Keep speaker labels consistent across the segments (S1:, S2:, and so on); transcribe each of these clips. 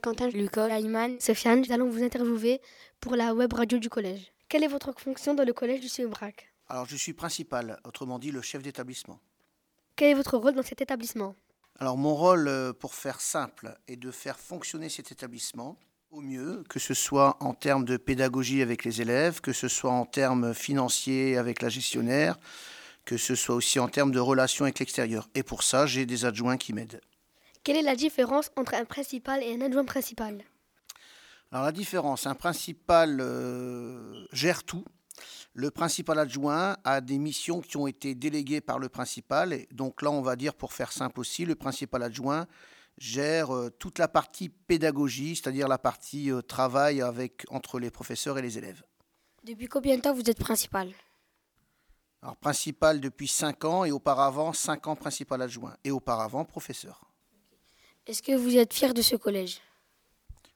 S1: Quentin, Lucas, Ayman, Sofiane. Nous allons vous interviewer pour la web radio du collège. Quelle est votre fonction dans le collège du Céubrac
S2: Alors, je suis principal, autrement dit le chef d'établissement.
S1: Quel est votre rôle dans cet établissement
S2: Alors, mon rôle, euh, pour faire simple, est de faire fonctionner cet établissement au mieux, que ce soit en termes de pédagogie avec les élèves, que ce soit en termes financiers avec la gestionnaire, que ce soit aussi en termes de relations avec l'extérieur. Et pour ça, j'ai des adjoints qui m'aident.
S1: Quelle est la différence entre un principal et un adjoint principal
S2: Alors la différence, un principal euh, gère tout. Le principal adjoint a des missions qui ont été déléguées par le principal. Et donc là, on va dire, pour faire simple aussi, le principal adjoint gère euh, toute la partie pédagogie, c'est-à-dire la partie euh, travail avec, entre les professeurs et les élèves.
S1: Depuis combien de temps vous êtes principal
S2: Alors principal depuis 5 ans et auparavant 5 ans principal adjoint et auparavant professeur.
S1: Est-ce que vous êtes fier de ce collège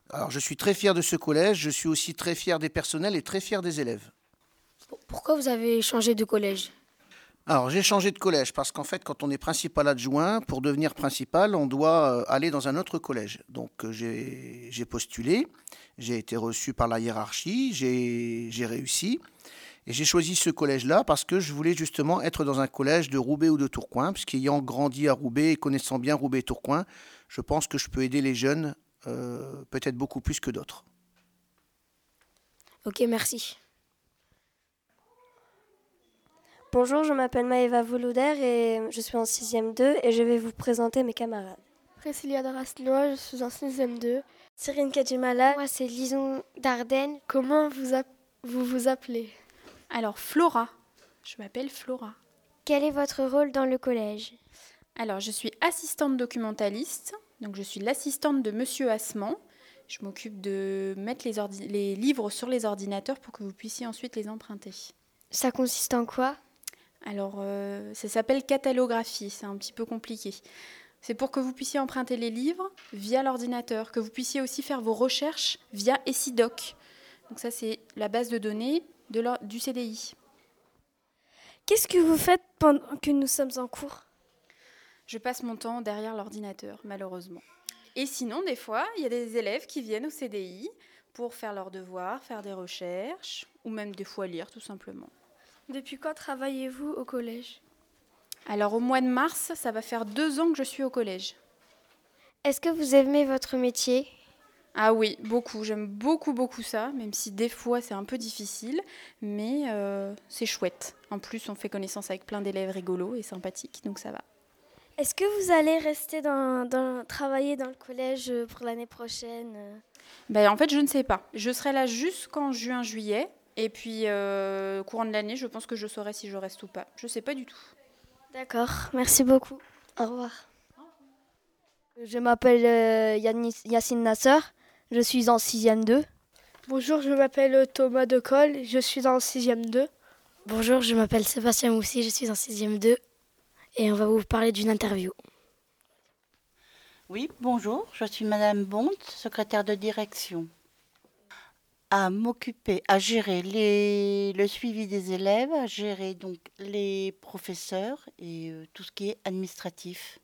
S2: Alors je suis très fier de ce collège, je suis aussi très fier des personnels et très fier des élèves.
S1: Pourquoi vous avez changé de collège
S2: Alors j'ai changé de collège parce qu'en fait quand on est principal adjoint, pour devenir principal, on doit euh, aller dans un autre collège. Donc euh, j'ai j'ai postulé, j'ai été reçu par la hiérarchie, j'ai j'ai réussi. Et j'ai choisi ce collège-là parce que je voulais justement être dans un collège de Roubaix ou de Tourcoing, puisqu'ayant grandi à Roubaix et connaissant bien Roubaix et Tourcoing, je pense que je peux aider les jeunes euh, peut-être beaucoup plus que d'autres.
S1: Ok, merci.
S3: Bonjour, je m'appelle Maëva Voulouder et je suis en 6e 2 et je vais vous présenter mes camarades.
S4: Priscilla Darasnoa, je suis en 6e 2.
S5: Cyrine Kadjimala,
S6: moi c'est Lison Dardenne.
S4: Comment vous, app- vous vous appelez
S7: Alors Flora, je m'appelle Flora.
S6: Quel est votre rôle dans le collège
S7: Alors je suis assistante documentaliste, donc je suis l'assistante de Monsieur Asman. Je m'occupe de mettre les, ordi- les livres sur les ordinateurs pour que vous puissiez ensuite les emprunter.
S6: Ça consiste en quoi
S7: Alors euh, ça s'appelle catalographie, c'est un petit peu compliqué. C'est pour que vous puissiez emprunter les livres via l'ordinateur, que vous puissiez aussi faire vos recherches via ESIDOC. Donc ça c'est la base de données de l'or- du CDI.
S5: qu'est-ce que vous faites pendant que nous sommes en cours
S7: Je passe mon temps derrière l'ordinateur, malheureusement. Et sinon, des fois, il y a des élèves qui viennent au CDI pour faire leurs devoirs, faire des recherches, ou même des fois lire, tout simplement.
S4: Depuis quand travaillez-vous au collège
S7: Alors, au mois de mars, ça va faire deux ans que je suis au collège.
S6: Est-ce que vous aimez votre métier
S7: Ah oui, beaucoup. J'aime beaucoup, beaucoup ça, même si des fois c'est un peu difficile, mais euh, c'est chouette. En plus, on fait connaissance avec plein d'élèves rigolos et sympathiques, donc ça va.
S5: Est-ce que vous allez rester dans, dans- travailler dans le collège euh, pour l'année prochaine euh
S7: Ben, en fait, je ne sais pas. Je serai là jusqu'en juin-juillet. Et puis, euh, courant de l'année, je pense que je saurai si je reste ou pas. Je sais pas du tout.
S5: D'accord, merci beaucoup. Au revoir.
S8: Je m'appelle euh, Yannis- Yacine Nasser, je suis en 6e 2.
S4: Bonjour, je m'appelle euh, Thomas Decolle, je suis en 6e 2.
S1: Bonjour, je m'appelle Sébastien Moussi, je suis en 6e 2 et on va vous parler d'une interview.
S9: Oui, bonjour, je suis Madame Bond, secrétaire de direction. À m'occuper, à gérer les- le suivi des élèves, à gérer donc les professeurs et euh, tout ce qui est administratif.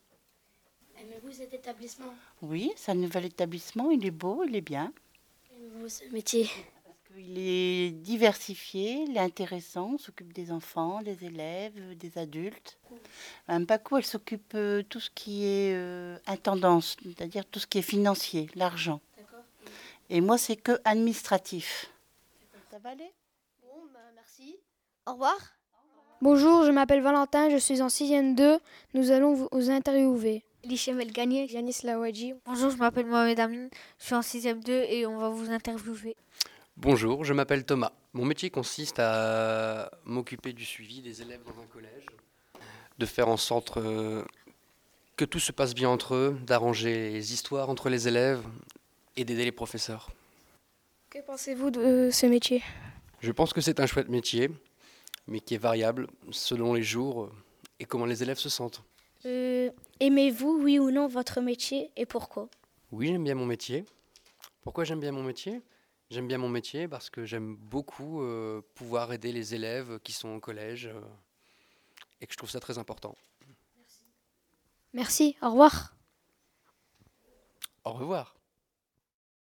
S1: Aimez-vous cet établissement
S9: Oui, c'est un nouvel établissement, il est beau, il est bien.
S1: Aimez-vous ce métier
S9: Il est diversifié, il est intéressant, on s'occupe des enfants, des élèves, euh, des adultes. Madame Paco, elle s'occupe euh, tout ce qui est euh, intendance, c'est-à-dire tout ce qui est financier, l'argent. Et moi, c'est que administratif. Ça va aller
S10: bah,
S8: Au revoir.
S4: Bonjour, je m'appelle Valentin, je suis en 6e 2. Nous allons vous, interviewer.
S1: Lichem El Gagné, Yanis Lawadji.
S10: Bonjour, je m'appelle Mohamed Amin, je suis en 6ème 2 et on va vous interviewer.
S11: Bonjour, je m'appelle Thomas. Mon métier consiste à m'occuper du suivi des élèves dans un collège, de faire en sorte euh, que tout se passe bien entre eux, d'arranger les histoires entre les élèves et d'aider les professeurs.
S4: Que pensez-vous de euh, ce métier
S11: Je pense que c'est un chouette métier, mais qui est variable selon les jours euh, et comment les élèves se sentent.
S1: Euh,
S8: Aimez-vous, oui ou non, votre métier et pourquoi
S11: Oui, j'aime bien mon métier. Pourquoi j'aime bien mon métier J'aime bien mon métier parce que j'aime beaucoup euh, pouvoir aider les élèves qui sont au collège euh, et que je trouve ça très important.
S1: Merci, au revoir.
S11: Au revoir.